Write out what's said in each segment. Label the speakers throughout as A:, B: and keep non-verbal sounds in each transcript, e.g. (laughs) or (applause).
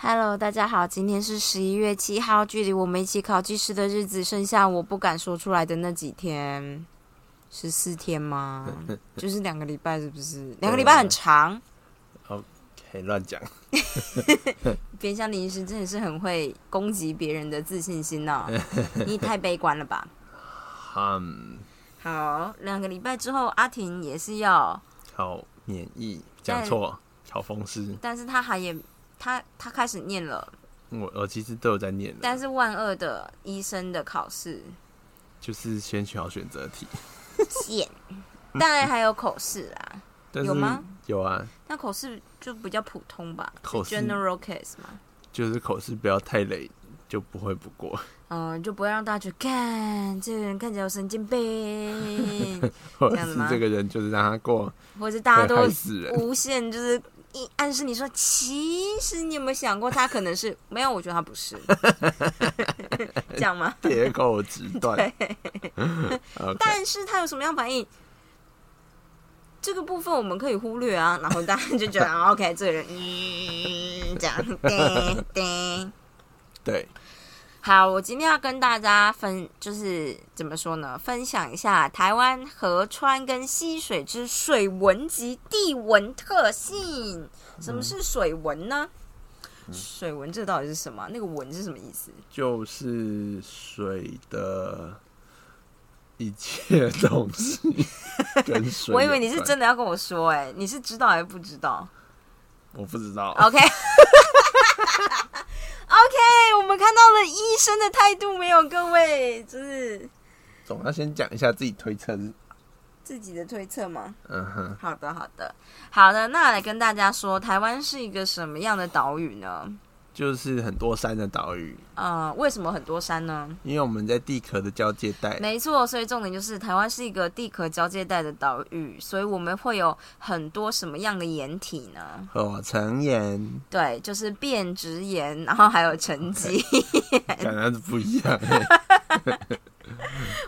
A: Hello，大家好，今天是十一月七号，距离我们一起考技师的日子剩下我不敢说出来的那几天，十四天吗？就是两个礼拜，是不是？两个礼拜很长。
B: 可以乱讲，
A: 边乡林医师真的是很会攻击别人的自信心哦，你也太悲观了吧？
B: 嗯，
A: 好，两个礼拜之后，阿婷也是要，
B: 考免疫讲错，考风湿，
A: 但是她还也她她开始念了，
B: 我我其实都有在念的，
A: 但是万恶的医生的考试
B: 就是先选好选择题，
A: 险，当然还有口试啦。
B: 但是
A: 有吗？
B: 有啊，
A: 那口试就比较普通吧是
B: 口试
A: ，general case 嘛，
B: 就是口试不要太累，就不会不
A: (laughs)
B: 过，
A: 嗯，就不会让大家去看这个人看起来有神经 (laughs) 病，
B: 或者
A: 样子
B: 是
A: 吗
B: 这个人就是让他过，
A: 或者是大家
B: 会
A: 都
B: 害死
A: (laughs)
B: 人
A: 无限就是一暗示你说，其实你有没有想过他可能是没有？我觉得他不 (laughs) 是，这样吗？
B: 铁口直断。OK，
A: 但是他有什么样反应？这个部分我们可以忽略啊，然后大家就觉得啊 OK，这个人嗯这样 (laughs) 叮叮。
B: 对，
A: 好，我今天要跟大家分，就是怎么说呢？分享一下台湾河川跟溪水之水文及地文特性。什么是水文呢？水文这到底是什么？那个文是什么意思？
B: 就是水的一切东西跟水有关。
A: (laughs) 我以为你是真的要跟我说、哎，你是知道还是不知道
B: 我不知道。
A: ？OK。OK，我们看到了医生的态度没有？各位，就是
B: 总要先讲一下自己推测是，
A: 自己的推测吗？
B: 嗯哼，
A: 好的，好的，好的。那来跟大家说，台湾是一个什么样的岛屿呢？
B: 就是很多山的岛屿，
A: 呃，为什么很多山呢？
B: 因为我们在地壳的交界带，
A: 没错，所以重点就是台湾是一个地壳交界带的岛屿，所以我们会有很多什么样的岩体呢？
B: 火成岩
A: 对，就是变质岩，然后还有沉积。 (laughs) 哎
B: 感觉是不一样、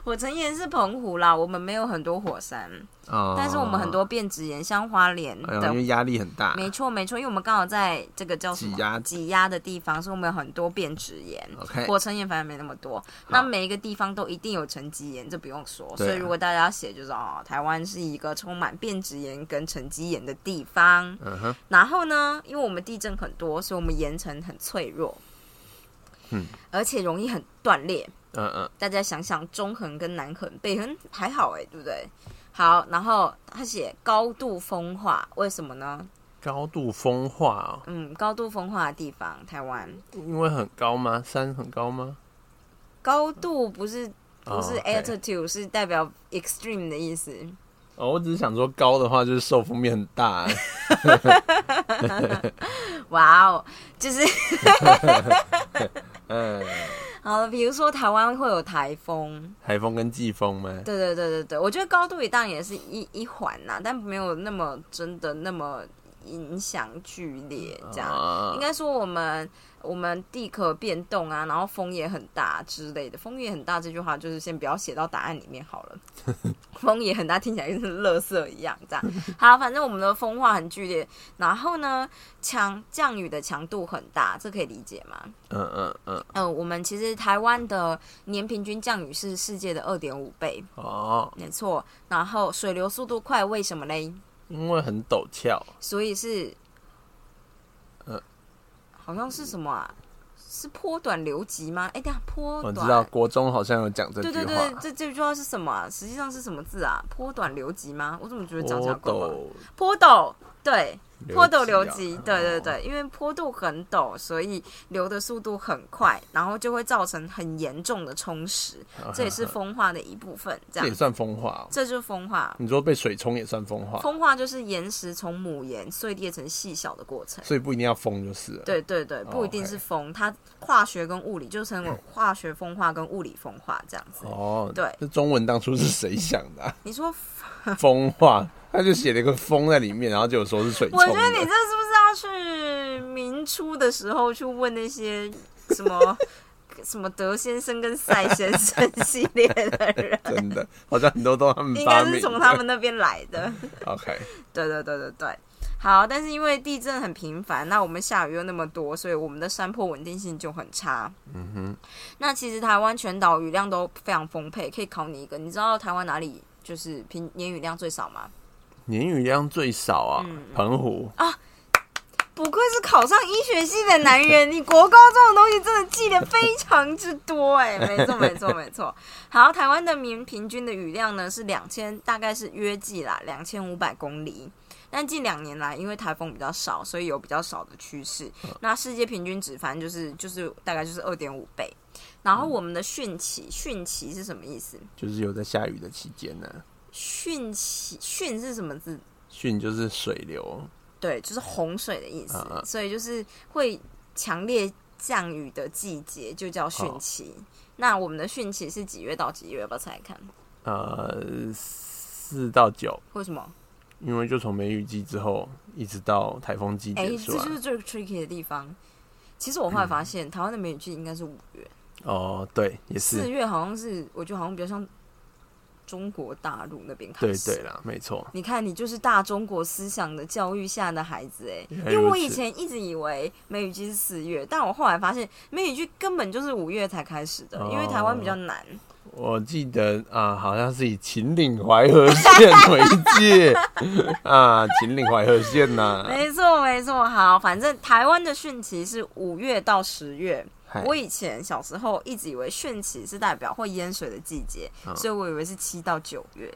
A: 火成岩是澎湖啦，我们没有很多火山，
B: 哦，
A: 但是我们很多变质岩，像花莲
B: 哎呦，因
A: 等
B: 为压力很大，
A: 没错没错，因为我们刚好在这个叫什么
B: 挤压
A: 挤压的地方，所以我们有很多变质岩。
B: OK
A: 火成岩反而没那么多。那每一个地方都一定有沉积岩，这不用说。
B: 对啊
A: 所以如果大家写就是哦，台湾是一个充满变质岩跟沉积岩的地方。
B: 嗯哼，
A: 然后呢，因为我们地震很多，所以我们岩层很脆弱，
B: 嗯，
A: 而且容易很断裂。
B: 嗯嗯，
A: 大家想想，中横跟南横，北横还好哎，对不对？好，然后他写高度风化，为什么呢？
B: 高度风化、
A: 嗯，高度风化的地方，台湾
B: 哦，因为很高吗？山很高吗？
A: 高度不是不是哎
B: 哦，OK
A: altitude，、是代表 extreme 的意思。
B: 哦，我只是想说高的话就是受风面很
A: (laughs)
B: 大、
A: 哇哦，就是
B: (laughs) 嗯，
A: 好了，比如说台湾会有台风，
B: 台风跟季风吗？
A: 对对对对对，我觉得高度也当然也是一一环呐、但没有那么真的那么影响剧烈这样。
B: 啊
A: 应该说我们我们地壳变动啊，然后风也很大之类的。风也很大这句话就是先不要写到答案里面好了。风也很大，听起来跟是垃圾一样，这样。好，反正我们的风化很剧烈，然后呢，强降雨的强度很大，这可以理解吗？
B: 嗯嗯嗯，
A: 呃，我们其实台湾的年平均降雨是世界的二点五倍，
B: 哦，
A: 没错。然后水流速度快，为什么嘞？
B: 因为很陡峭，
A: 所以是，
B: 呃
A: 好像是什么啊？是波短流急吗？哎、等一下波
B: 我
A: 短，
B: 哦知道国中好像有讲这句
A: 对
B: 话，
A: 对对，这这句话是什么啊、实际上是什么字啊？波短流急吗？我怎么觉得讲起来怪怪的？
B: 波
A: 坡陡，对，
B: 陡
A: 坡陡流
B: 流
A: 急，
B: 啊
A: 对对，对，因为坡度很陡，所以流的速度很快，然后就会造成很严重的充实，
B: 哦
A: 这也是风化的一部分。这
B: 这也
A: 样，
B: 算风化、哦。
A: 这就是风化。
B: 你说被水冲也算风化，
A: 风化就是岩石从母岩碎裂成细小的过程。
B: 所以不一定要风就是了。
A: 对对对，不一定是风，它化学跟物理就称为化学风化跟物理风化这样子。
B: 哦，
A: 对
B: 这中文当初是谁想的、啊？ (laughs)
A: 你说，
B: 风化，他就写了一个风在里面，然后就有说是水冲
A: 我
B: 的。
A: 觉得你这是
B: (laughs)
A: 不是要去明初的时候去问那些什么什么德先生跟赛先生系列的人，
B: 真的好像很多都他们
A: 应
B: 发
A: 该
B: 明的，
A: 是从他们那边来的。
B: OK
A: 对对对对对。好，但是因为地震很频繁，那我们下雨又那么多，所以我们的山坡稳定性就很差。
B: 嗯
A: 那其实台湾全岛雨量都非常丰沛，可以考你一个，你知道台湾哪里就是平年雨量最少吗？
B: 哼，年雨量最少啊，
A: 嗯
B: 澎湖
A: 不愧是考上医学系的男人，你国高中的东西真的记得非常之多哎、没错没错没错。 (laughs) 好，台湾的民平均的雨量呢是两千，大概是约计啦两千五百公里。但近两年来，因为台风比较少，所以有比较少的趋势。那世界平均值反正就是就是大概就是二点五倍。然后我们的汛期，汛期是什么意思？
B: 就是有在下雨的期间呢、
A: 汛期汛是什么字？
B: 汛就是水流，
A: 对，就是洪水的意思，
B: 嗯嗯
A: 所以就是会强烈降雨的季节就叫
B: 哦
A: 汛期。那我们的汛期是几月到几月？要不要猜猜看？
B: 呃，四到九，
A: 为什么？
B: 因为就从梅雨季之后一直到台风季
A: 哎、
B: 结
A: 这
B: 束啊
A: 就。是最 tricky 的地方。其实我后来发现，台湾的梅雨季应该是五月，
B: 哦，对，也
A: 四
B: 是，
A: 月好像是，我觉得好像比较像中国大陆那边开
B: 对
A: 始。
B: 对啦，没错。
A: 你看，你就是大中国思想的教育下的孩子哎，
B: 原
A: 因
B: 来
A: 为我
B: 如
A: 以
B: 此
A: 前一直以为梅雨季是四月，但我后来发现梅雨季根本就是五月才开始的，
B: 哦
A: 因为台湾比较难。
B: 我记得啊、好像是以秦岭淮河线为界啊， (laughs) 秦岭淮河线呐、
A: 没错，没错。好，反正台湾的汛期是五月到十月。
B: 嗨
A: 我以前小时候一直以为汛期是代表会淹水的季节，
B: 嗯
A: 所以我以为是七到九月。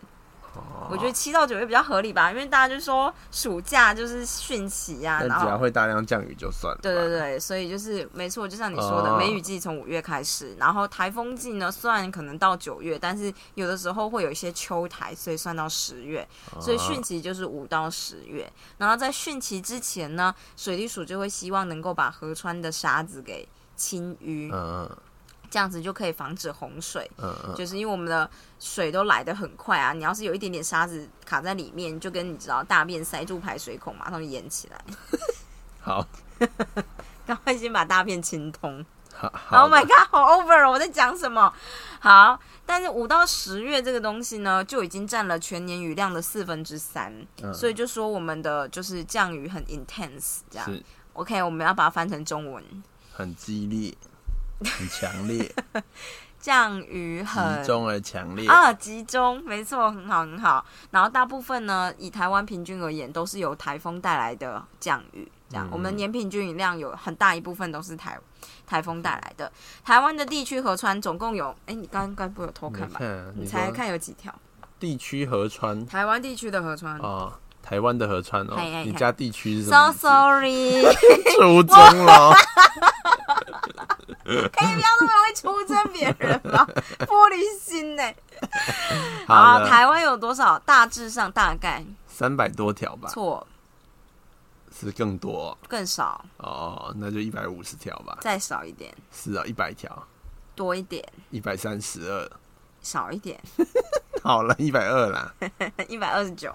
B: 哦
A: 我觉得七到九月比较合理吧，因为大家就说暑假就是汛期啊呀、
B: 但
A: 然
B: 只要
A: 后。
B: 会大量降雨就算了。
A: 对对，对，所以就是没错，就像你说的，
B: 哦
A: 梅雨季从五月开始，然后台风季呢，虽然可能到九月，但是有的时候会有一些秋台，所以算到十月。
B: 嗯
A: 所以
B: 哦
A: 汛期就是五到十月。然后在汛期之前呢，水利署就会希望能够把河川的沙子给清淤，
B: 嗯
A: 这样子就可以防止洪水。
B: 嗯嗯
A: 就是因为我们的水都来得很快啊，你要是有一点点沙子卡在里面，就跟你知道大便塞住排水孔，马上就淹起来。 (laughs)
B: 嗯好，
A: 赶快先把大便清通。
B: 好，好
A: Oh my god，好 over 哦！我在讲什么？好，但是五到十月这个东西呢，就已经占了全年雨量的四分之三，
B: 嗯
A: 所以就说我们的就是降雨很 intense 这样。
B: 是
A: OK，我们要把它翻成中文，
B: 很激烈，很强烈，
A: 降雨 (laughs) 很
B: 集中而强烈。
A: 啊，集中，没错，很好，很好。然后大部分呢，以台湾平均而言，都是由台风带来的降雨。这
B: 嗯
A: 样，我们年平均雨量有很大一部分都是台台风带来的。台湾的地区河川总共有，哎，你刚刚不会有偷
B: 你
A: 看吧？
B: 看啊，
A: 你
B: 你
A: 猜
B: 说
A: 看有几条？
B: 地区河川
A: 台湾地区的河川。
B: 啊，台湾的河川哦
A: 嗨嗨，
B: 你
A: 嗨
B: 家地区是什
A: So
B: 么？
A: sorry，
B: 初中了哦，
A: 可以哎不要这么容易出征别人 (laughs) 吗？玻璃心呢、
B: 好
A: (laughs) 好，
B: 了，
A: 台湾有多少？大致上大概
B: 三百多条吧，
A: 错
B: 是更多
A: 更少，
B: 哦，那就一百五十条吧，
A: 再少一点，
B: 是啊，一百条，
A: 多一点，
B: 一百三十二，
A: 少一点，
B: 好了，一百二啦，
A: 一百二十九。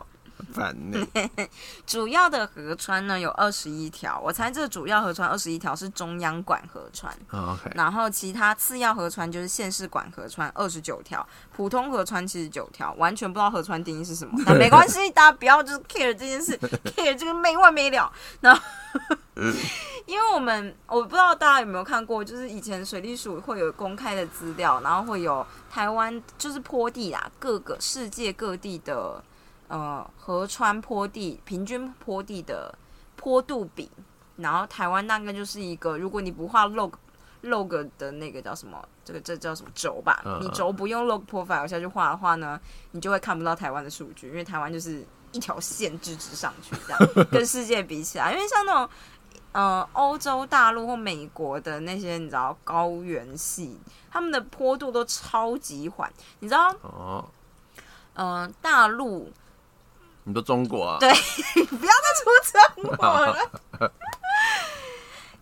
B: 烦呢，
A: (laughs) 主要的河川呢有二十一条，我猜这主要河川二十一条是中央管河川，
B: 哦 OK，
A: 然后其他次要河川就是县市管河川二十九条，普通河川七十九条，完全不知道河川定义是
B: (laughs)
A: 什么，但没关系，大家不要就是 care 这件事，care 这个没完没了。然后
B: 嗯，
A: (laughs) 因为我们我不知道大家有没有看过，就是以前水利署会有公开的资料，然后会有台湾就是坡地啦，各个世界各地的呃河川坡地平均坡地的坡度比，然后台湾大概就是一个，如果你不画 log log 的那个叫什么，这个这叫什么轴吧？
B: 嗯嗯
A: 你轴不用 log profile 下去画的话呢，你就会看不到台湾的数据，因为台湾就是一条线直直上去这样，
B: (laughs)
A: 跟世界比起来，因为像那种。呃，欧洲大陆或美国的那些你知道高原系，他们的坡度都超级缓。你知道，
B: 哦，
A: 嗯、大陆
B: 你说中国啊，
A: 对出征我了。 (laughs)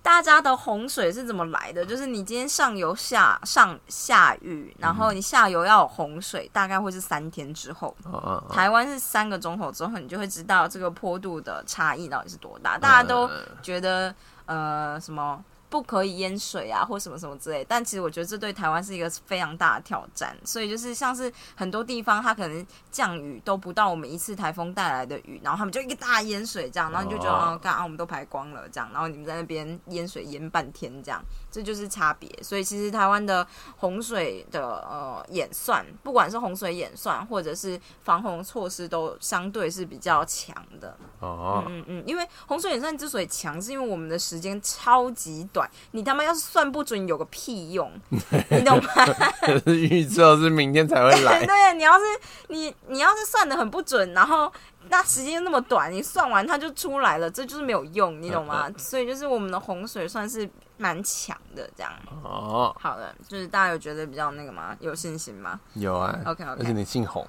A: 大家的洪水是怎么来的？就是你今天上游下上下雨，然后你下游要有洪水，大概会是三天之后。
B: 哦哦哦
A: 台湾是三个钟头之后，你就会知 (laughs) 道这个坡度的差异到底是多大。大家都
B: 嗯嗯嗯
A: 觉得呃什么不可以淹水啊，或什么什么之类。但其实我觉得这对台湾是一个非常大的挑战，所以就是像是很多地方它可能降雨都不到我们一次台风带来的雨，然后他们就一个大淹水这样，然后你就觉得
B: 哦
A: 哦，干啊，我们都排光了这样，然后你们在那边淹水淹半天这样，这就是差别。所以其实台湾的洪水的呃演算，不管是洪水演算或者是防洪措施，都相对是比较强的。
B: (laughs) 哦，
A: 嗯嗯，因为洪水演算之所以强，是因为我们的时间超级短，你他妈要是算不准，有个屁用，你懂吗？
B: 可是预测是明天才会
A: (laughs)
B: 来，
A: 对，你要是你你要是算的很不准，然后那时间那么短，你算完它就出来了，这就是没有用，你懂吗？所以就是我们的洪水算是蛮强的，这样。
B: 哦，
A: 好了，就是大家有觉得比较那个吗？有信心吗？
B: 有啊
A: OK，OK
B: 而且你姓洪，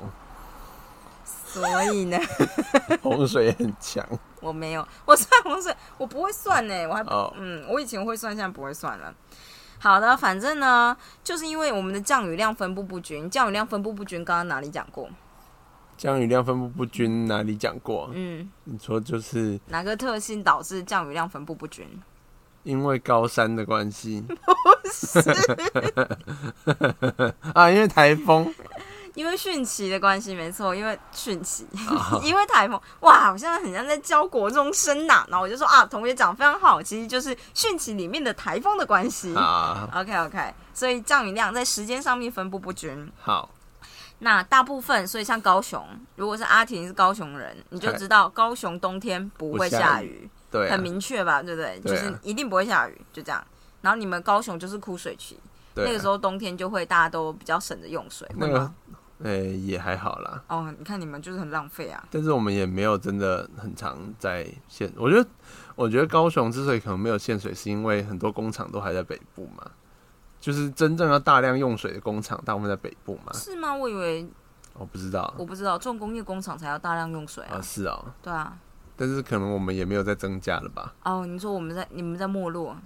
A: 所以呢， (laughs)
B: 洪水也很强，
A: 我没有，我算洪水，我不会算呢、我还不
B: 哦
A: 嗯，我以前会算，现在不会算了。好的，反正呢，就是因为我们的降雨量分布不均，降雨量分布不均，刚刚哪里讲过？
B: 降雨量分布不均哪里讲过？
A: 嗯，
B: 你说就是
A: 哪个特性导致降雨量分布不均？
B: 因为高山的关系， (laughs) 啊，因为台风，
A: 因为汛期的关系，没错，因为汛期，
B: 啊
A: (laughs) 因为台风，哇，我现在很像在教国中生呐、然后我就说啊，同学讲得非常好，其实就是汛期里面的台风的关系。
B: 啊，
A: OK OK，所以降雨量在时间上面分布不均。
B: 好，
A: 那大部分，所以像高雄，如果是阿婷是高雄人，你就
B: 嗨
A: 知道高雄冬天不会下雨，
B: 对啊
A: 很，明确吧？对不对？
B: 对啊
A: 就是一定不会下雨，就这样。然后你们高雄就是枯水区，
B: 对啊
A: 那个时候冬天就会大家都比较省着用水，
B: 那
A: 会
B: 个
A: 吗？，
B: 呃、也还好啦。
A: 哦，你看你们就是很浪费啊。
B: 但是我们也没有真的很常在限。我觉得，我觉得高雄之所以可能没有限水，是因为很多工厂都还在北部嘛，就是真正要大量用水的工厂，大部分在北部嘛。
A: 是吗？我以为
B: 我不知道
A: 我不知道，重工业工厂才要大量用水啊。
B: 啊，是哦，
A: 对啊，
B: 但是可能我们也没有再增加了
A: (laughs)
B: 吧？
A: 哦，你说我们在你们在没
B: (laughs)
A: 落，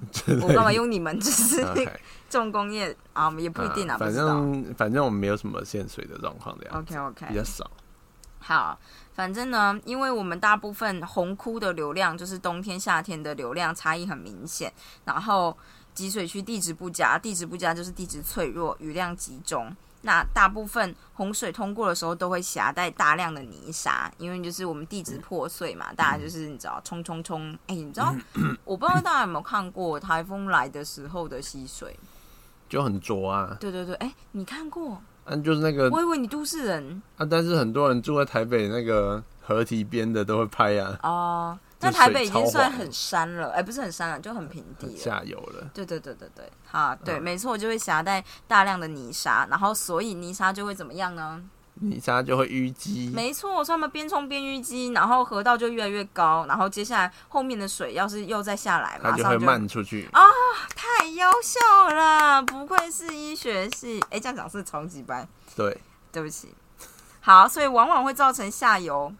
A: 我干嘛用你们？就是
B: OK，
A: (laughs) 重工业啊，也不一定啊，
B: 啊
A: 不
B: 反
A: 知道。嗯
B: 正反正我们没有什么限水的状况的样子，
A: OK OK，
B: 比较少。
A: 好，反正呢，因为我们大部分红窟的流量就是冬天夏天的流量差异很明显，然后集水区地质不佳，地质不佳就是地质脆弱，雨量集中。那大部分洪水通过的时候都会携带大量的泥沙，因为就是我们地质破碎嘛，大家就是你知道冲冲冲，哎、你知道我不知道大家有没有看过台风来的时候的溪水？
B: 就很浊啊，
A: 对对对，哎、你看过？
B: 啊，就是那个
A: 我以为你都市人
B: 啊，但是很多人住在台北那个河堤边的都会拍啊，
A: 哦，
B: 就
A: 那
B: 水
A: 台北已
B: 超
A: 经算
B: 黄
A: 很山了，哎、不是很山了，就很平地
B: 很嗯
A: 啊了。
B: 下游了。
A: 对对对对对，好，对，没错，就会携带大量的泥沙，然后所以泥沙就会怎么样呢？
B: 泥沙就会淤积，啊
A: 没错，所以他们边冲边淤积，然后河道就越来越高，然后接下来后面的水要是又再下来，
B: 它
A: 马
B: 就
A: 上
B: 会
A: 就哦
B: 漫出去。
A: 太优秀了，不愧是医学系，哎、这样讲是超级白，
B: 对，
A: 对不起。好，所以往往会造成下游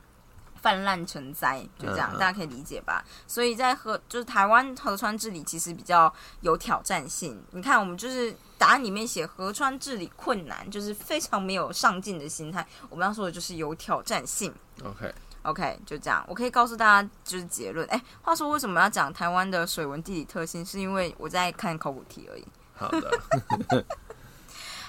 A: 泛滥成灾，就这样，
B: 嗯嗯
A: 大家可以理解吧？所以在河就是台湾河川治理其实比较有挑战性。你看，我们就是答案里面写河川治理困难，就是非常没有上进的心态。我们要说的就是有挑战性。
B: OK，
A: OK，就这样，我可以告诉大家就是结论。哎、话说为什么要讲台湾的水文地理特性，是因为我在看考古题而已。
B: 好的，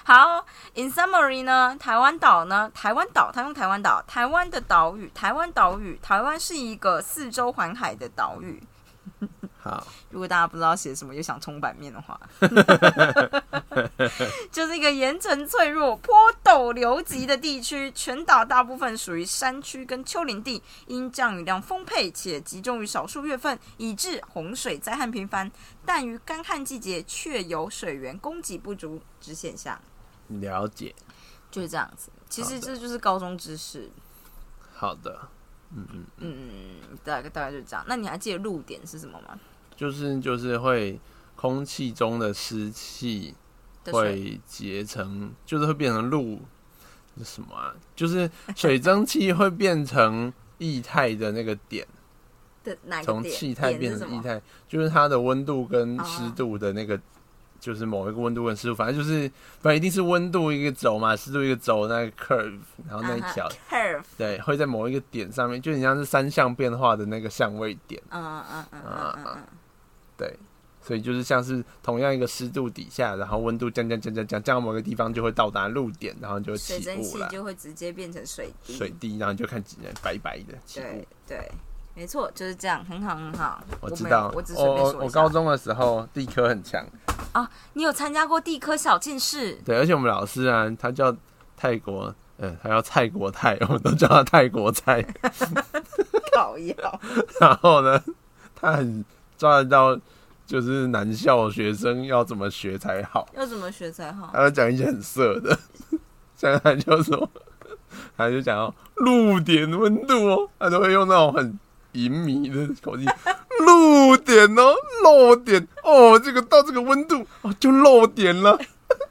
A: 好，in summary 呢，台湾岛呢，台湾岛，他用台湾岛，台湾的岛屿，台湾岛屿，台湾是一个四周环海的岛屿。
B: (laughs) 好，
A: 如果大家不知道写什么，又想冲版面的话， (laughs) 就是一个岩层脆弱、坡陡流急的地区。全岛大部分属于山区跟丘陵地，因降雨量丰沛且集中于少数月份，以致洪水灾害频繁。但于干旱季节却有水源供给不足之现象。
B: 了解，
A: 就是这样子。其
B: 好
A: 实
B: 的
A: 这就是高中知识，
B: 好的，嗯嗯，
A: 嗯，大概大概就是这样。那你还记得露点是什么吗？
B: 就是就是会空气中的湿气
A: 的水
B: 会结成，就是会变成露，这什么啊？就是水蒸气会变成液态的那个点，
A: 的哪一个
B: 从
A: 点？
B: 气态
A: 点
B: 变
A: 是什
B: 成液
A: 么？
B: 态，就是它的温度跟
A: 哦
B: 湿度的那个。就是某一个温度跟湿度，反正就是反正一定是温度一个轴嘛，湿度一个轴，那个 curve，然后那一条
A: 啊 curve，
B: 对，会在某一个点上面，就很像是三项变化的那个相位点，
A: 嗯嗯嗯嗯嗯嗯嗯，
B: 对，所以就是像是同样一个湿度底下，然后温度降降降降降降到某个地方就会到达露点，然后就会起
A: 水蒸
B: 雾
A: 气
B: 了，
A: 就会直接变成水滴。
B: 水滴，然后你就看几人白白的起雾
A: 对。对，没错，就是这样，很好很好。
B: 我
A: 没
B: 知
A: 有
B: 道，
A: 我只随
B: 我
A: 便
B: 我
A: 说一
B: 我
A: 下
B: 高中的时候地科很强，
A: 啊，你有参加过地科小进
B: (laughs)
A: 士？
B: 对，而且我们老师啊，他叫泰国，嗯，他叫泰国泰， (laughs) 我们都叫他泰国菜。
A: 讨厌，
B: 然后呢，他很抓得到，就是男校学生要怎么学才好。
A: 要怎么学才好？
B: 他就讲一些很色的， (laughs) 像他就说，他就讲到露点温度哦，他都会用那种很淫靡的口气，露点哦，露点哦，这个到这个温度哦就露点了，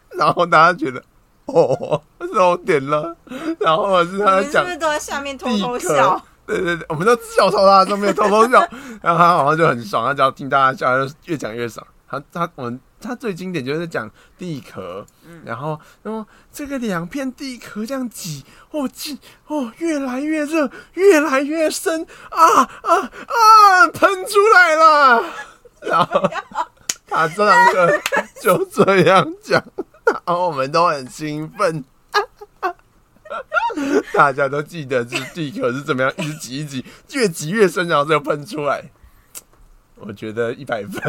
B: (laughs) 然后大家觉得哦露点了，然后或者是
A: 你
B: 他
A: 们是
B: 啊讲
A: 不是都在下面偷
B: 立
A: 偷
B: 刻
A: 笑？
B: 对对对，我们都笑超他，都没有偷偷笑， (laughs) 然后他好像就很爽，他只要听大家笑，他就越讲越爽。他他我们他最经典就是讲地壳，
A: 嗯
B: 然后然后这个两片地壳这样挤，哦挤哦越来越热，越来越深啊啊啊喷出来了， (laughs) 然后他这堂课就这样讲，然后我们都很兴奋。大家都记得是地壳是怎么样，一直挤一挤，越挤越深，然后再喷出来。我觉得一百分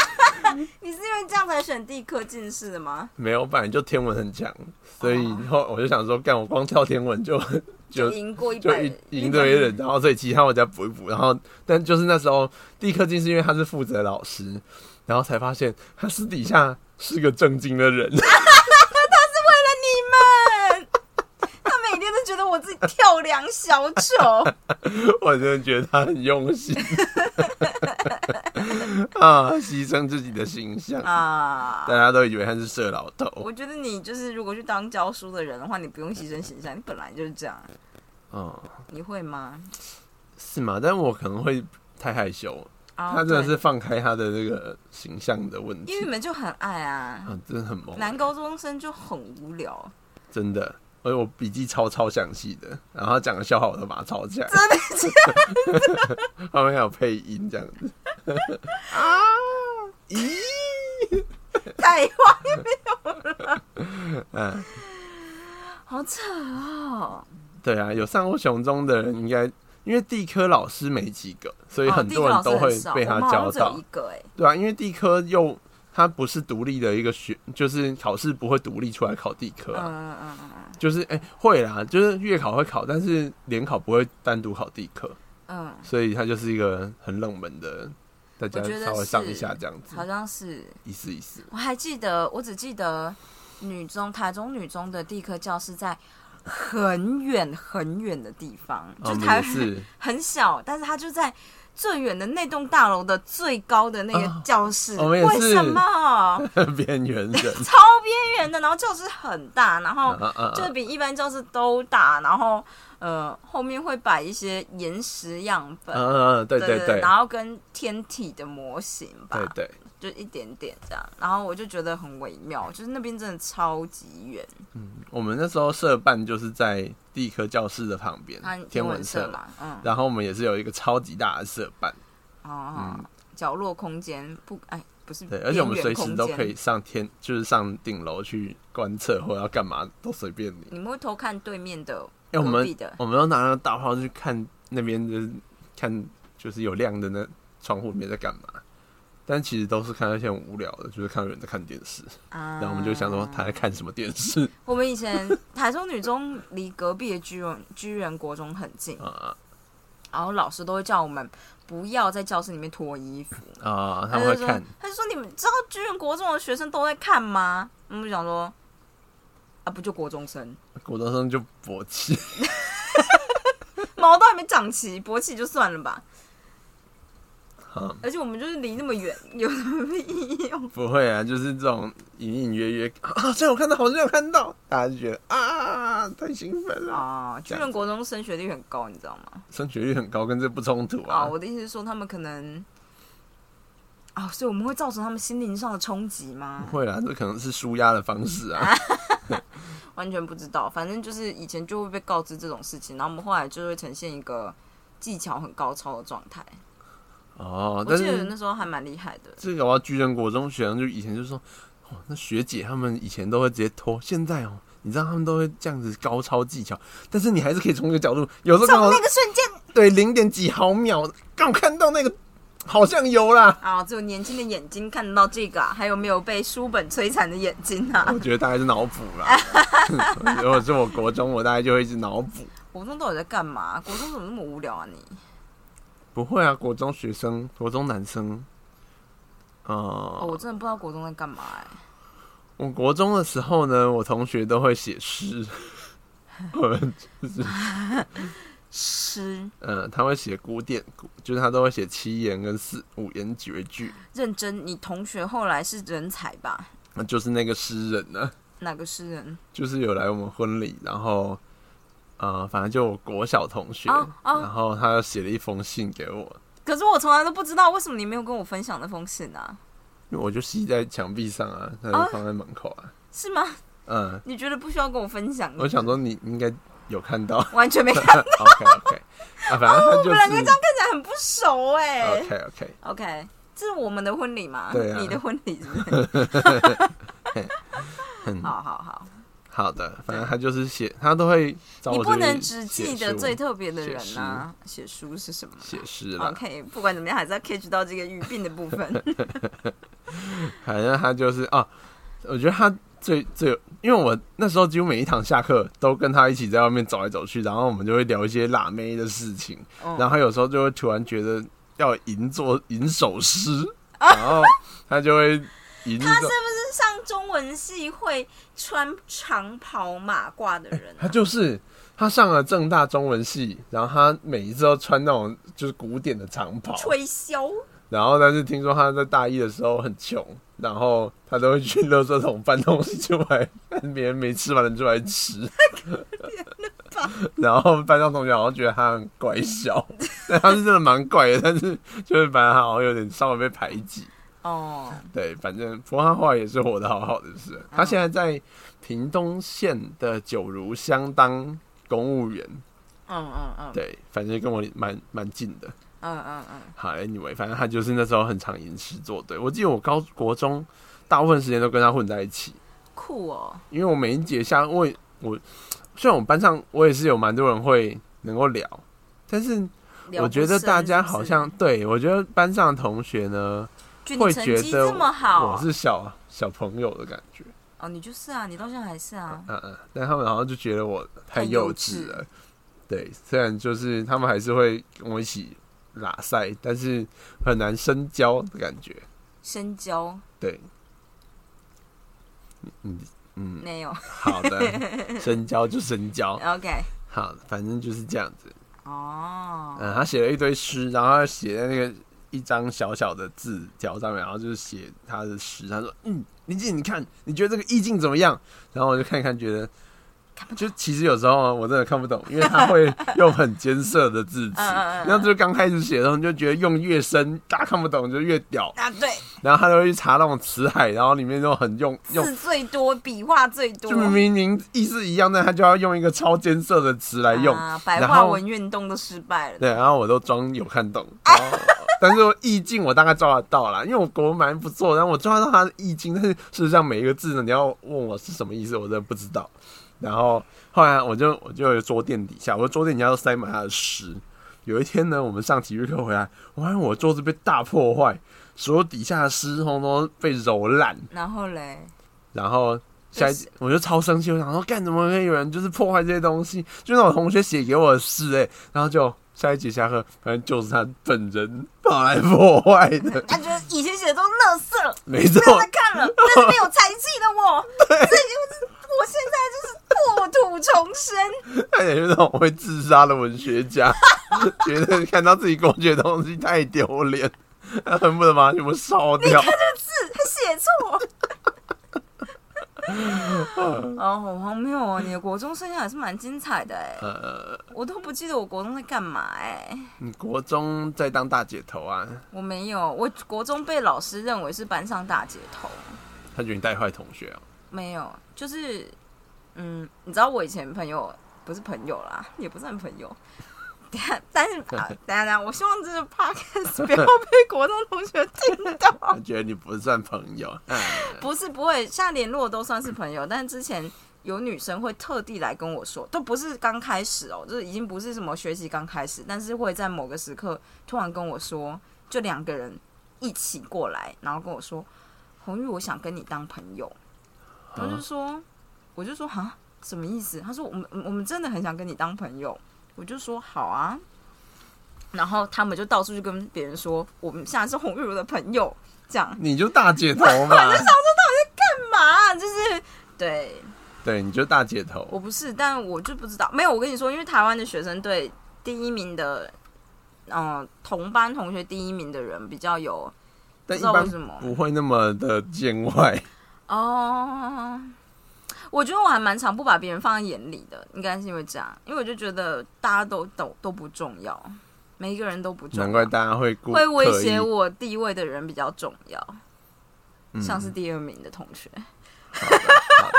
B: (laughs)
A: 你是因为这样才选地科进士的吗？
B: 没有，本来就天文很强，所以以后我就想说，干我光跳天文就就
A: 赢过一
B: 就
A: 百
B: 一一
A: 百
B: 堆人，然后所以其他我再补一补，然后但就是那时候地科进是因为他是负责老师，然后才发现他私底下是个正经的人， (laughs)
A: 为了你们，他每天都觉得我自己跳梁小丑。
B: (laughs) 我真的觉得他很用心 (laughs) 啊，牺牲自己的形象
A: 啊
B: 大。家都以为他是色老头。
A: 我觉得你就是，如果去当教书的人的话，你不用牺牲形象，你本来就是这样。
B: 嗯，
A: 你会吗？
B: 是吗？但我可能会太害羞。
A: 啊
B: 他真的
A: 对
B: 是放开他的这个形象的问题
A: 因为你们就很爱啊，
B: 啊，真的很萌，
A: 男高中生就很无
B: (laughs)
A: 聊，
B: 真的。而且我笔记超超详细的，然后他讲的笑话我都把它抄起来，
A: 真的假的
B: 后面还有配音这样子。啊，咦，
A: 太荒谬了。
B: (laughs) 嗯，
A: 好扯哦。
B: 对啊，有上过熊中的人应该，因为地科老师没几个，所以
A: 哦
B: 很
A: 地
B: 多
A: 科
B: 人
A: 老师
B: 都会
A: 很少
B: 被他
A: 我们好
B: 教
A: 像只有
B: 到。
A: 一个哎、
B: 对啊，因为地科又它不是独立的一个学，就是考试不会独立出来考地科啊，
A: 嗯嗯嗯嗯
B: 就是哎、会啦，就是月考会考，但是联考不会单独考地科，
A: 嗯，
B: 所以它就是一个很冷门的，大家
A: 我觉得
B: 稍微
A: 是
B: 上一下这样子
A: 好，像是。
B: 意思意思。
A: 我还记得，我只记得女中台中女中的地科教室在很远很远的地方，
B: 啊
A: 就
B: 我们
A: 台
B: 也
A: 湾
B: 是，
A: 很小，但是它就在最远的那栋大楼的最高的那个
B: 啊
A: 教室。
B: 我们也
A: 为
B: 是
A: 什
B: (laughs)
A: 么？
B: 边缘
A: (laughs)
B: 人
A: 超边缘的，然后教室很大，然
B: 啊
A: 后
B: 啊啊！
A: 就是比一般教室都大，然后呃后面会摆一些岩石样本，
B: 嗯嗯嗯，对
A: 对
B: 对对
A: 然后跟天体的模型吧，
B: 对对，
A: 就一点点这样，然后我就觉得很微妙，就是那边真的超级远，
B: 我们那时候社办就是在地科教室的旁边
A: 它，
B: 天
A: 啊文
B: 文社嘛，
A: 嘛，嗯，
B: 然后我们也是有一个超级大的社办。
A: 哦，角落空间不，哎，不是，
B: 嗯对，而且我们
A: 边
B: 随
A: 缘
B: 时
A: 空
B: 都
A: 间
B: 可以。上天，就是上顶楼去观测或要干嘛都随便你。
A: 你们会偷看对面的
B: 哎、我
A: 隔壁
B: 们
A: 的
B: 我们都拿那个大炮去看那边的，看就是有亮的那窗户里面在干嘛。但其实都是看那些很无聊的，就是看到有人在看电视，
A: 啊？
B: 然后我们就想说他在看什么电视
A: 我们以前台中女中离隔壁的居人居人国中很近，
B: 啊
A: 然后老师都会叫我们不要在教室里面脱衣服。
B: 啊！
A: 他
B: 他们
A: 就
B: 会
A: 说
B: 看，，
A: 他就说你们知道居人国中的学生都在看吗？我们就想说啊，不就国中生，
B: 国中生就勃起， (laughs)
A: 毛都还没长齐，勃起就算了吧。
B: 嗯
A: 而且我们就是离那么远，有什么意义？
B: 不会啊，就是这种隐隐约约啊，这有看到，好像有看到，大家就觉得啊，太兴奋了，
A: 啊，居人国中升学率很高，你知道吗？
B: 升学率很高，跟这不冲突
A: 啊，
B: 啊。
A: 我的意思是说，他们可能啊，所以我们会造成他们心灵上的冲击吗？
B: 会啦，这可能是舒压的方式啊。
A: 完全不知道，反正就是以前就会被告知这种事情，然后我们后来就会呈现一个技巧很高超的状态。
B: 哦，
A: 我
B: 但
A: 记得
B: 是
A: 那时候还蛮厉害的。
B: 这个我要巨人国中学生就以前就说，哦，那学姐他们以前都会直接拖，现在哦，你知道他们都会这样子高超技巧，但是你还是可以从一个角度，有时候
A: 从
B: 刚好
A: 那个瞬间
B: 对零点几毫秒，刚好看到那个好像有啦，
A: 啊，只有年轻的眼睛看得到这个、啊，还有没有被书本摧残的眼睛啊？
B: 我觉得大概是脑补
A: (laughs)
B: 啦。如果是我国中，我大概就会一直脑补。
A: 国中到底在干嘛？国中怎么那么无聊啊你？
B: 不会啊，国中学生，国中男生，呃，
A: 哦，我真的不知道国中在干嘛哎、
B: 我国中的时候呢，我同学都会写
A: (laughs)
B: 诗，呃，就是
A: 诗，
B: 呃，他会写古典，古就是他都会写七言跟四五言绝句，
A: 认真，你同学后来是人才吧？
B: 那就是那个诗人呢、
A: 哪个诗人？
B: 就是有来我们婚礼，然后呃，反正就我国小同学，
A: 哦哦
B: 然后他写了一封信给我，
A: 可是我从来都不知道，为什么你没有跟我分享那封信啊？
B: 因为我就吸在墙壁上啊，他
A: 哦
B: 就放在门口啊，
A: 是吗？
B: 嗯、
A: 你觉得不需要跟我分享？
B: 我想说你应该有看到 (laughs)
A: 完全没看，看
B: ，OK OK，啊，反正他
A: 哦我
B: 就
A: 们两个
B: 是
A: 这样起来很不熟哎、 (laughs)
B: OK OK，
A: OK，这是我们的婚礼吗？
B: 对啊
A: 你的婚礼是不是？ (laughs)
B: 嗯
A: 好好好，
B: 好的，反正他就是写，他都会找我
A: 你
B: 这
A: 不
B: 边
A: 能只记
B: 写
A: 得
B: 书
A: 最特别的人啊。写书是什么
B: 写诗啦，
A: ？OK，不管怎么样，还是要 catch 到这个语病的部
B: (laughs)
A: 分。
B: 反正他就是啊，我觉得他最最，因为我那时候几乎每一堂下课都跟他一起在外面走来走去，然后我们就会聊一些辣妹的事情，
A: 嗯
B: 然后他有时候就会突然觉得要吟作吟首诗，然后他就会吟一
A: 哦他是不
B: 首，
A: 是上中文系会穿长袍马褂的人、
B: 他
A: 啊？
B: 就是。他上了正大中文系，然后他每一次都穿那种就是古典的长袍，
A: 吹箫，
B: 然后但是听说他在大一的时候很穷，然后他都会去垃圾桶搬东西出来， (laughs) 看别人没吃完的出来吃。然后班上同学好像觉得他很怪笑，但他是真的蛮怪的，但是就是反正他好像有点稍微被排挤。
A: 哦，
B: 对，反正不过他后来也是活得好好的，是。他现在在屏东县的九如乡当公务员，
A: 嗯嗯嗯，
B: 对，反正跟我蛮蛮近的。
A: 嗯嗯嗯，
B: 好，anyway，反正他就是那时候很常吟诗作对。我记得我高国中大部分时间都跟他混在一起，
A: 酷哦，
B: 因为我每一节下，我也我虽然我们班上我也是有蛮多人会能够聊，但是
A: 聊不
B: 我觉得
A: 深
B: 大家
A: 是不是
B: 好像对我觉得班上的同学呢
A: 就
B: 会
A: 你成
B: 觉
A: 绩
B: 得
A: 这么好
B: 我是小小朋友的感觉，
A: 哦，你就是啊，你到现在还是啊，
B: 嗯嗯，但他们好像就觉得我太
A: 太
B: 幼
A: 幼
B: 稚
A: 稚
B: 了。对，虽然就是他们还是会跟我一起拉塞，但是很难深交的感觉。
A: 深交
B: 对，嗯嗯，
A: 没有
B: 好的，深交就深交，
A: ？OK，
B: 好，反正就是这样子。
A: 哦，
B: 嗯，他写了一堆诗，然后他写在那个一张小小的字条上面，然后就是写他的诗。他说：“嗯，林静，你看，你觉得这个意境怎么样？”然后我就看一看，觉得。就其实有时候啊我真的看不懂，因为他会用很艰涩的字词，
A: 嗯嗯嗯嗯
B: 然后就是刚开始写的时候你就觉得用越深，大家看不懂就越屌，
A: 啊对，
B: 然后他就会去查那种词海，然后里面都很用用
A: 字最多，笔画最多，
B: 就明明您意思一样，但他就要用一个超艰涩的词来用，
A: 啊，白
B: 然
A: 话
B: 后
A: 文运动都失败了。
B: 对，然后我都装有看
A: (laughs)
B: 懂，然后但是我意境我大概抓得到啦，因为我国文蛮不错，然后我抓到他的意境，但是事实上每一个字呢，你要问我是什么意思，我真的不知道。然后后来我就我就有桌垫底下，我的桌垫底下都塞满他的诗。有一天呢，我们上体育课回来，我发现我的桌子被大破坏，所有底下的诗通通被揉烂，
A: 然后嘞，
B: 然后下一
A: 就是
B: 我就超生气，我想说，干怎么可以有人就是破坏这些东西？就那种同学写给我的事、欸，然后就下一节下课，反正就是他本人跑来破坏的，
A: (laughs) 他觉得以前写的都是垃圾，
B: 没错
A: 不，要再看了，那是没有才气的我，所以就是我现在就是破土重生。
B: 看起来就是那种会自杀的文学家，觉得看到自己过去的东西太丢脸，他恨不得把它全部烧掉。
A: 字还写错。哦，好荒谬哦！你的国中生涯还是蛮精彩的哎，
B: 呃，
A: 我都不记得我国中在干嘛哎，
B: 你国中在当大姐头啊，
A: 我没有，我国中被老师认为是班上大姐头，
B: 他觉得你带坏同学啊，
A: 没有， (laughs) 就是嗯，你知道我以前朋友不是朋友啦，也不算朋友，等下，但是啊，等下等下，我希望这个 podcast 不要被国中同学听到
B: 我。觉得你
A: 哦
B: 不算朋友。嗯
A: 不是不会，现在联络都算是朋友，但是之前有女生会特地来跟我说，都不是刚开始哦，就是已经不是什么学习刚开始，但是会在某个时刻突然跟我说，就两个人一起过来，然后跟我说，红玉，我想跟你当朋友。他就说，我就说哈，什么意思？他说我们我们真的很想跟你当朋友。我就说好啊。然后他们就到处去跟别人说，我们现在是红玉如的朋友，这样
B: 你就大
A: (laughs)
B: 姐头嘛，
A: 干嘛、就是对
B: 对，你就大姐头。
A: 我不是，但我就不知道。没有，我跟你说，因为台湾的学生对第一名的，嗯、同班同学第一名的人比较有
B: 但一
A: 不知道
B: 般
A: 为什么
B: 不会那么的见
A: (laughs)
B: 外。
A: 哦。我觉得我还蛮常不把别人放在眼里的，应该是因为这样，因为我就觉得大家都都都不重要，每一个人都不重要。
B: 难怪大家会故
A: 会威胁、
B: 刻意
A: 我地位的人比较重要，
B: 嗯
A: 像是第二名的同学。
B: 好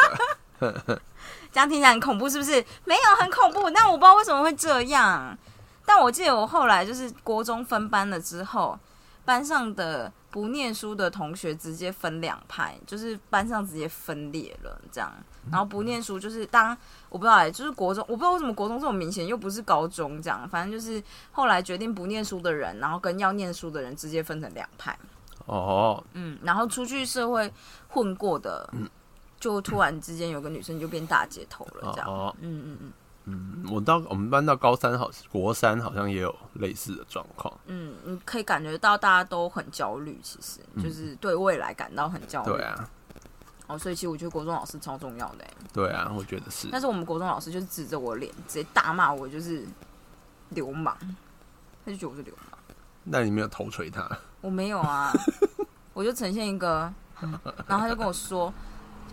B: 的
A: (laughs) 这样听起来很恐怖，是不是？没有很恐怖，但我不知道为什么会这样。但我记得我后来就是国中分班了之后，班上的不念书的同学直接分两派，就是班上直接分裂了这样。
B: 嗯
A: 然后不念书就是当我不知道哎、就是国中，我不知道为什么国中这么明显，又不是高中这样。反正就是后来决定不念书的人，然后跟要念书的人直接分成两派。
B: 哦，
A: 嗯，然后出去社会混过的，就突然之间有个女生就变大姐头了，这样。
B: 哦
A: 嗯嗯嗯
B: 嗯我到我们班到高三好，国三好像也有类似的状况。
A: 嗯，你可以感觉到大家都很焦虑，其实就是对未来感到很焦虑。
B: 对啊，
A: 哦，所以其实我觉得国中老师超重要的欸，
B: 对啊，我觉得是
A: 但。是我们国中老师就是指着我脸直接大骂我，就是流氓，他就觉得我是流氓。
B: 那你没有头锤他？
A: 我没有啊，我就呈现一个，嗯然后他就跟我说，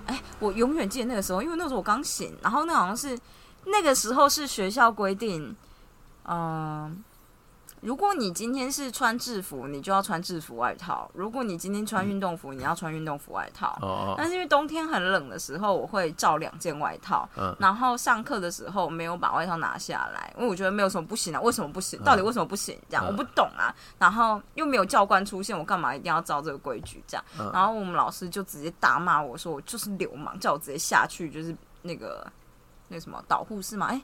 A: 哎、我永远记得那个时候，因为那时候我刚醒，然后那好像是那个时候是学校规定，嗯、如果你今天是穿制服，你就要穿制服外套；如果你今天穿运动服，你要穿运动服外套。 (laughs)
B: 哦，
A: 但是因为冬天很冷的时候，我会罩两件外套。
B: 嗯
A: 然后上课的时候没有把外套拿下来，因为我觉得没有什么不行啊，为什么不行？到底为什么不行？这样、
B: 嗯
A: 我不懂啊。然后又没有教官出现，我干嘛一定要照这个规矩？这样，
B: 嗯
A: 然后我们老师就直接大骂我说我就是流氓，叫我直接下去，就是那个那个什么导护士嘛，哎、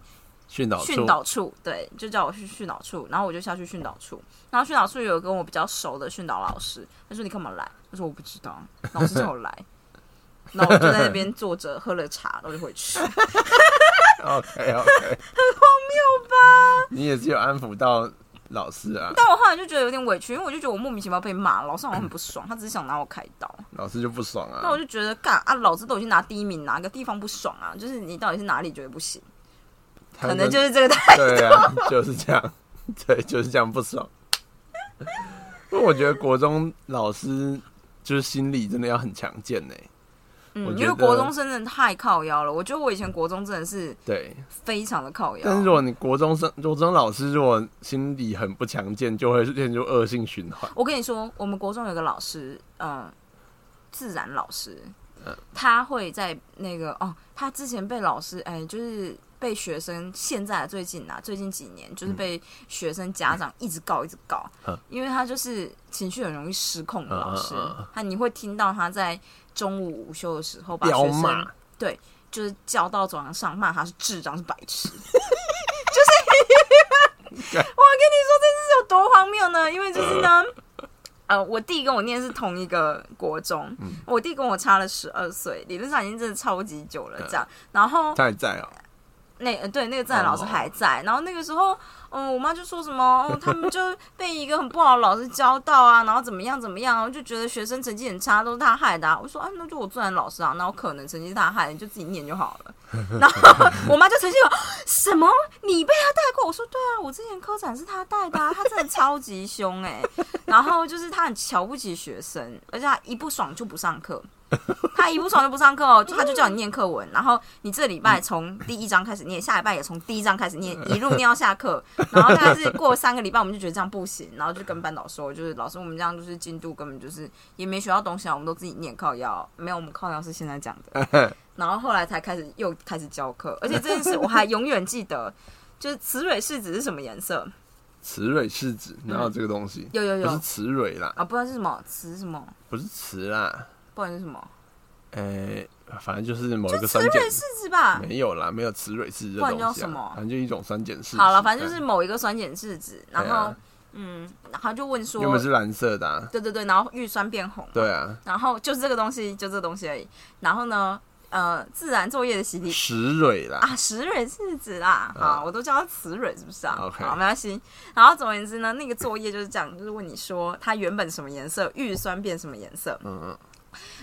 B: 训导处
A: 训
B: (laughs)
A: 导处，对，就叫我去训导处，然后我就下去训导处，然后训导处有跟我比较熟的训导老师，他说你干嘛来？我说我不知道，老师叫我来， (laughs) 然后我就在那边坐着喝了茶，然后就回去。 (laughs)
B: OK OK，很荒谬吧？你也是有安抚到老师啊，
A: 但我后来就觉得有点委屈，因为我就觉得我莫名其妙被骂，老师好像很不爽，他只是想拿我开刀。
B: 老师就不爽
A: 那我
B: 啊。
A: 就觉得干啊，老子都已经拿第一名，哪个地方不爽啊？就是你到底是哪里觉得不行？
B: 他
A: 可能
B: (laughs)
A: 就是这个态度。
B: 对
A: (laughs)
B: 啊，就是这样， (laughs) 对，就是这样不爽。因为我觉得国中老师就是心理真的要很强健欸呢、我
A: 嗯，
B: 觉
A: 因为
B: 得
A: 国中生真的太靠腰了，我觉得我以前国中真的是
B: 对，
A: 非常的靠腰。
B: 但是如果你国中生、国中老师如果心理很不强健，就会陷入恶性循环。
A: 我跟你说，我们国中有个老师，呃，自然老师
B: 嗯，
A: 他会在那个哦，他之前被老师哎，就是被学生现在最近啊，最近几年就是被学生家长一直告一直告，
B: 嗯
A: 因为他就是情绪很容易失控的老师，
B: 嗯嗯嗯嗯
A: 他你会听到他在中午午休的时候把
B: 彪
A: 学生
B: 骂，
A: 就是叫到走廊上骂他是智障是白痴，就是我跟你说这是有多荒谬呢？因为就是呢，呃，我弟跟我念是同一个国中，我弟跟我差了十二岁，理论上已经真的超级久了这样。然后
B: 他还在哦、
A: 那呃对那个自然老师还在，然后那个时候，嗯，我妈就说什么，哦、他们就被一个很不好的老师教到啊，然后怎么样怎么样，然后就觉得学生成绩很差都是他害的、啊。我说啊，那就我自然老师啊，那我可能成绩是他害的，你就自己念就好了。然后我妈就呈现了什么你被他带过？我说对啊，我之前科展是他带的、啊，他真的超级凶哎、 (laughs) 然后就是他很瞧不起学生，而且他一不爽就不上课。他一不爽就不上课哦，就他就叫你念课文，然后你这礼拜从第一章开始念，下礼拜也从第一章开始念，一路念到下课，然后大概是过三个礼拜，我们就觉得这样不行，然后就跟班导说，就是老师我们这样就是进度根本就是也没学到东西啊，我们都自己念靠腰，没有我们靠腰是现在讲的，然后后来才开始又开始教课，而且这件事我还永远记得，就是雌蕊试纸是什么颜色？
B: 雌蕊试纸哪有这个东西？
A: 有有
B: 不是
A: 有
B: 雌蕊啦，
A: 啊，不然是什么雌什么，
B: 不是雌啦，
A: 不然是什么，
B: 诶、反正就是某一
A: 就
B: 个
A: 雌
B: 酸碱
A: 蕊试纸吧。
B: 没有啦，没有雌蕊是这
A: 不然
B: 东西、
A: 叫
B: 啊，
A: 什么
B: 反正就一种酸碱试。
A: 好了，反正就是某一个酸碱试纸，然
B: 对
A: 后
B: 啊
A: 嗯，然后就问说
B: 原，本是蓝色的、啊，
A: 对对对，然后玉酸变红，
B: 对啊，
A: 然后就是这个东西，就这个东西而已。然后呢，呃，自然作业的习题
B: 石蕊啦，
A: 啊，石蕊是指啦，
B: 啊
A: 啊，我都叫它雌蕊，是不是啊
B: OK
A: 好，没关系。然后总而言之呢，那个作业就是这样，就是问你说它原本什么颜色，玉酸变什么颜色。
B: 嗯嗯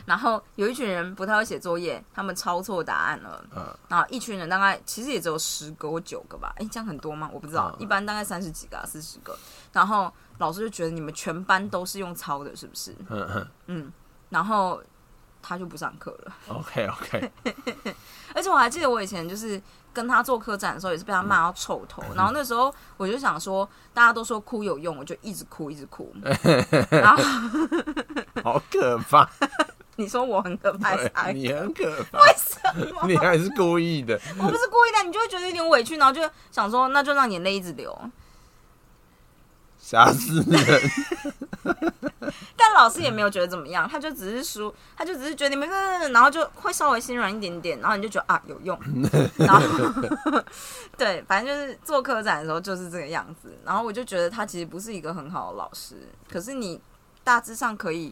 A: 然后有一群人不太会写作业，他们抄错答案了。
B: 嗯，
A: 然后一群人大概其实也只有十个或九个吧，诶，这样很多吗？我不知道，
B: 嗯
A: 一般大概三十几个、啊、四十个。然后老师就觉得你们全班都是用抄的，是不是？
B: 嗯嗯
A: 嗯，然后他就不上课了。 (laughs)
B: ，OK OK，
A: 而且我还记得我以前就是跟他做科展的时候，也是被他骂到臭头。
B: 嗯
A: 然后那时候我就想说，大家都说哭有用，我就一直哭一直哭。 (laughs) 然后
B: (laughs) 好可怕，
A: 你说我很可怕，
B: (laughs) 对
A: 啥
B: 你很可怕，
A: 为什么？
B: (laughs) 你还是故意的，
A: 我哦不是故意的，你就会觉得有点委屈，然后就想说，那就让眼泪一直流。
B: 吓死人！
A: 但老师也没有觉得怎么样，他就只是说，他就只是觉得你们，然后就会稍微心软一点点，然后你就觉得啊有用，然后对，反正就是做科展的时候就是这个样子。然后我就觉得他其实不是一个很好的老师，可是你大致上可以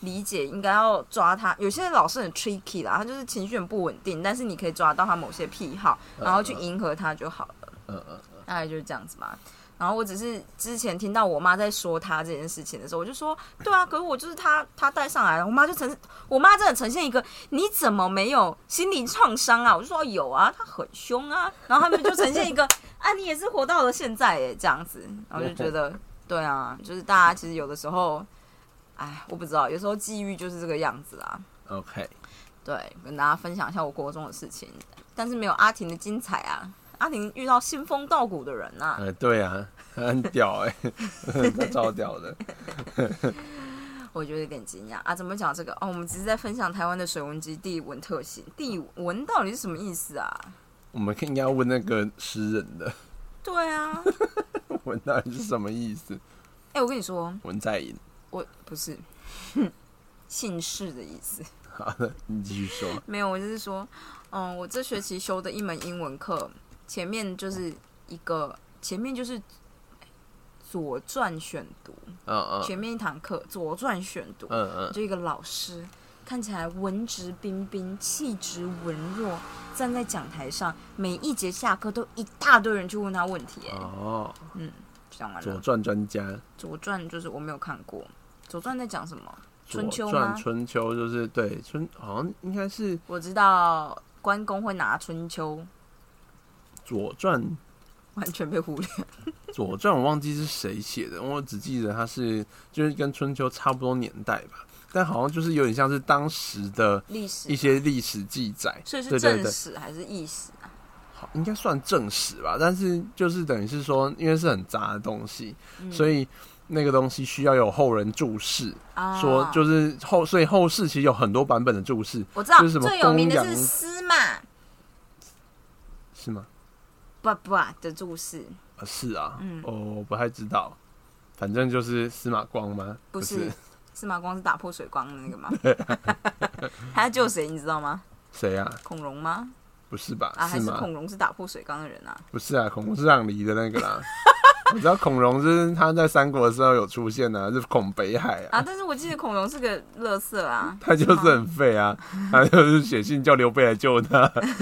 A: 理解，应该要抓他。有些老师很 tricky 啦，他就是情绪很不稳定，但是你可以抓到他某些癖好，然后去迎合他就好了。
B: 嗯嗯
A: 大概就是这样子嘛。然后我只是之前听到我妈在说她这件事情的时候，我就说，对啊，可是我就是她，她带上来了。我妈就呈，我妈真的呈现一个你怎么没有心灵创伤啊？我就说有啊，她很凶啊。然后他们就呈现一个， (laughs) 啊，你也是活到了现在耶，这样子。然后就觉得，对啊，就是大家其实有的时候，哎，我不知道，有时候际遇就是这个样子啊。
B: ，OK，
A: 对，跟大家分享一下我国中的事情，但是没有阿婷的精彩啊。阿婷遇到兴风道骨的人啊，
B: 呃，对啊，很屌哎、他超屌的，
A: 我觉得有点惊讶啊！怎么讲这个？哦，我们只是在分享台湾的水文及地文特性，地文到底是什么意思啊？
B: 我们应该要问那个诗人的，
A: 对啊，
B: 文到底是什么意思？
A: (laughs) 哎、我跟你说，
B: 文在寅，
A: 我不是 (laughs) 姓氏的意思，
B: 好的，你继续说，
A: 没有，我就是说，嗯，我这学期修的一门英文课，前面就是一个，前面就是《左传》选读，
B: 嗯嗯
A: 前面一堂课《左传》选读，
B: 嗯嗯，
A: 就一个老师，看起来文质彬彬，气质文弱，站在讲台上，每一节下课都一大堆人去问他问题、哎、
B: 哦，
A: 讲完
B: 《左
A: 了。
B: 传》专家，《
A: 左传就是我没有看过，左传在讲什么？
B: 左
A: 春秋
B: 传
A: 吗》
B: 春秋就是对春，好像应该是《
A: 我知道关公会拿春秋，
B: 左传》。
A: 完全被忽略。
B: 《左传》我忘记是谁写的，我只记得它是就是跟春秋差不多年代吧，但好像就是有点像是当时的
A: 历史
B: 一，些历史记载，
A: 所以是
B: 对对
A: 正
B: 对，
A: 史还是意史啊？
B: 好应该算正史吧，但是就是等于是说，因为是很杂的东西，
A: 嗯
B: 所以那个东西需要有后人注释，
A: 啊
B: 说就是后，所以后世其实有很多版本的注释，
A: 我知道
B: 就是什么
A: 最有名的
B: 公
A: 是
B: 羊
A: 司马
B: 是吗？
A: 爸爸的注释，
B: 啊，是啊，
A: 嗯
B: 哦，我不太知道，反正就是司马光吗？
A: 不
B: 是 (laughs)
A: 是司马光是打破水光的那个吗？ (laughs) 他在救谁，你知道吗？
B: 谁啊？
A: 孔融吗？
B: 不是吧？
A: 啊，还
B: 是
A: 是
B: 吗？
A: 孔融是打破水缸的人啊？
B: 不是啊，孔融是让梨的那个啦。 (laughs) 我知道孔融就是他在三国的时候有出现啊，是孔北海啊，
A: 啊，但是我记得孔融是个乐色啊。
B: 他就是很废啊，他就是写信叫刘备来救
A: (laughs)
B: 他，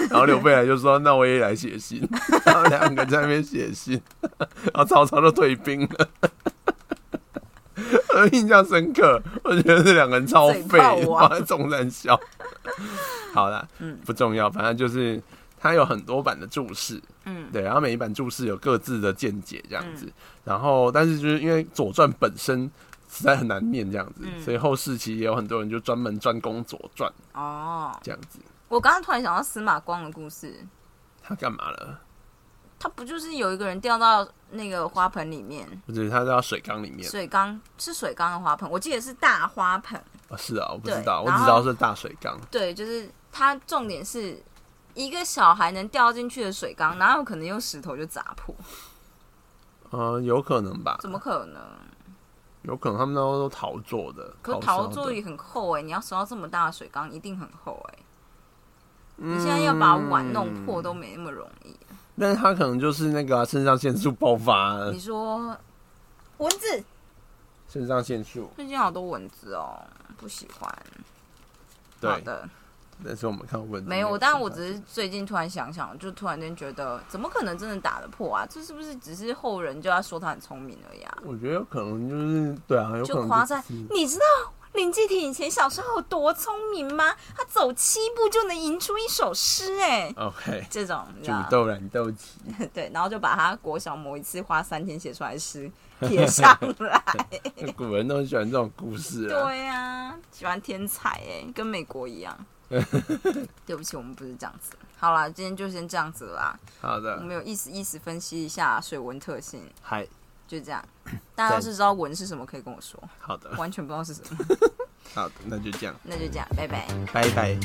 B: 然后刘备来就说那我也来写信，他们两个在那边写信， (laughs) 然后曹操就退兵了。 (laughs) 我印象深刻，我觉得这两个人超废
A: 嘴炮，王
B: 放在中
A: (laughs)
B: 山笑。好啦，
A: 嗯
B: 不重要，反正就是他有很多版的注释，
A: 嗯
B: 对，然后每一版注释有各自的见解这样子，然后但是就是因为《左传》本身实在很难念这样子，
A: 嗯
B: 所以后世其实也有很多人就专门专攻《左传》
A: 哦，
B: 这样子。
A: 我刚刚突然想到司马光的故事，
B: 他干嘛了？
A: 他不就是有一个人掉到那个花盆里面，
B: 我觉得他到水缸里面、
A: 水缸是水缸的花盆，我记得是大花盆。
B: 哦是啊，我不
A: 对
B: 知道，我
A: 然
B: 只
A: 后
B: 知道是大水缸。
A: 对，就是他重点是。一个小孩能掉进去的水缸，哪有可能用石头就砸破？
B: 呃，有可能吧，
A: 怎么可能？
B: 有可能他们那都是陶做的，
A: 可是
B: 陶
A: 陶
B: 烧
A: 座
B: 的
A: 椅很厚哎、你要收到这么大的水缸，一定很厚哎、你现在要把碗弄破都没那么容易。
B: 嗯但是他可能就是那个啊、肾上腺素爆发，
A: 你说蚊子，
B: 肾上腺素。
A: 最近好多蚊子哦，不喜欢。好
B: 对，
A: 的，
B: 那时候我们看文
A: 没有，但我只
B: 是
A: 是最近突然想想，就突然间觉得，怎么可能真的打得破啊？这是不是只是后人就要说他很聪明而已啊？
B: 我觉得有可能就是对啊，有可
A: 就
B: 能
A: 夸赞
B: 是
A: 你知道林继廷以前小时候有多聪明吗？他走七步就能吟出一首诗哎、 (laughs)
B: OK
A: 这种你知
B: 煮
A: 道
B: 豆燃豆萁，
A: 对，然后就把他国小某一次花三天写出来的诗 (laughs) 贴上来。
B: 古人都很喜欢这种故事啊。
A: 对呀、喜欢天才哎、跟美国一样。 (laughs) 对不起，我们不是这样子。好啦，今天就先这样子啦。
B: 好
A: 我
B: 的，
A: 们有意思意思分析一下水纹特性，
B: 嗨，
A: 就这样。大家要是知道纹是什么，可以跟我说，
B: 好的，
A: 完全不知道是什么，
B: 好的，那就这样，
A: 那就这样，拜拜。
B: 拜拜。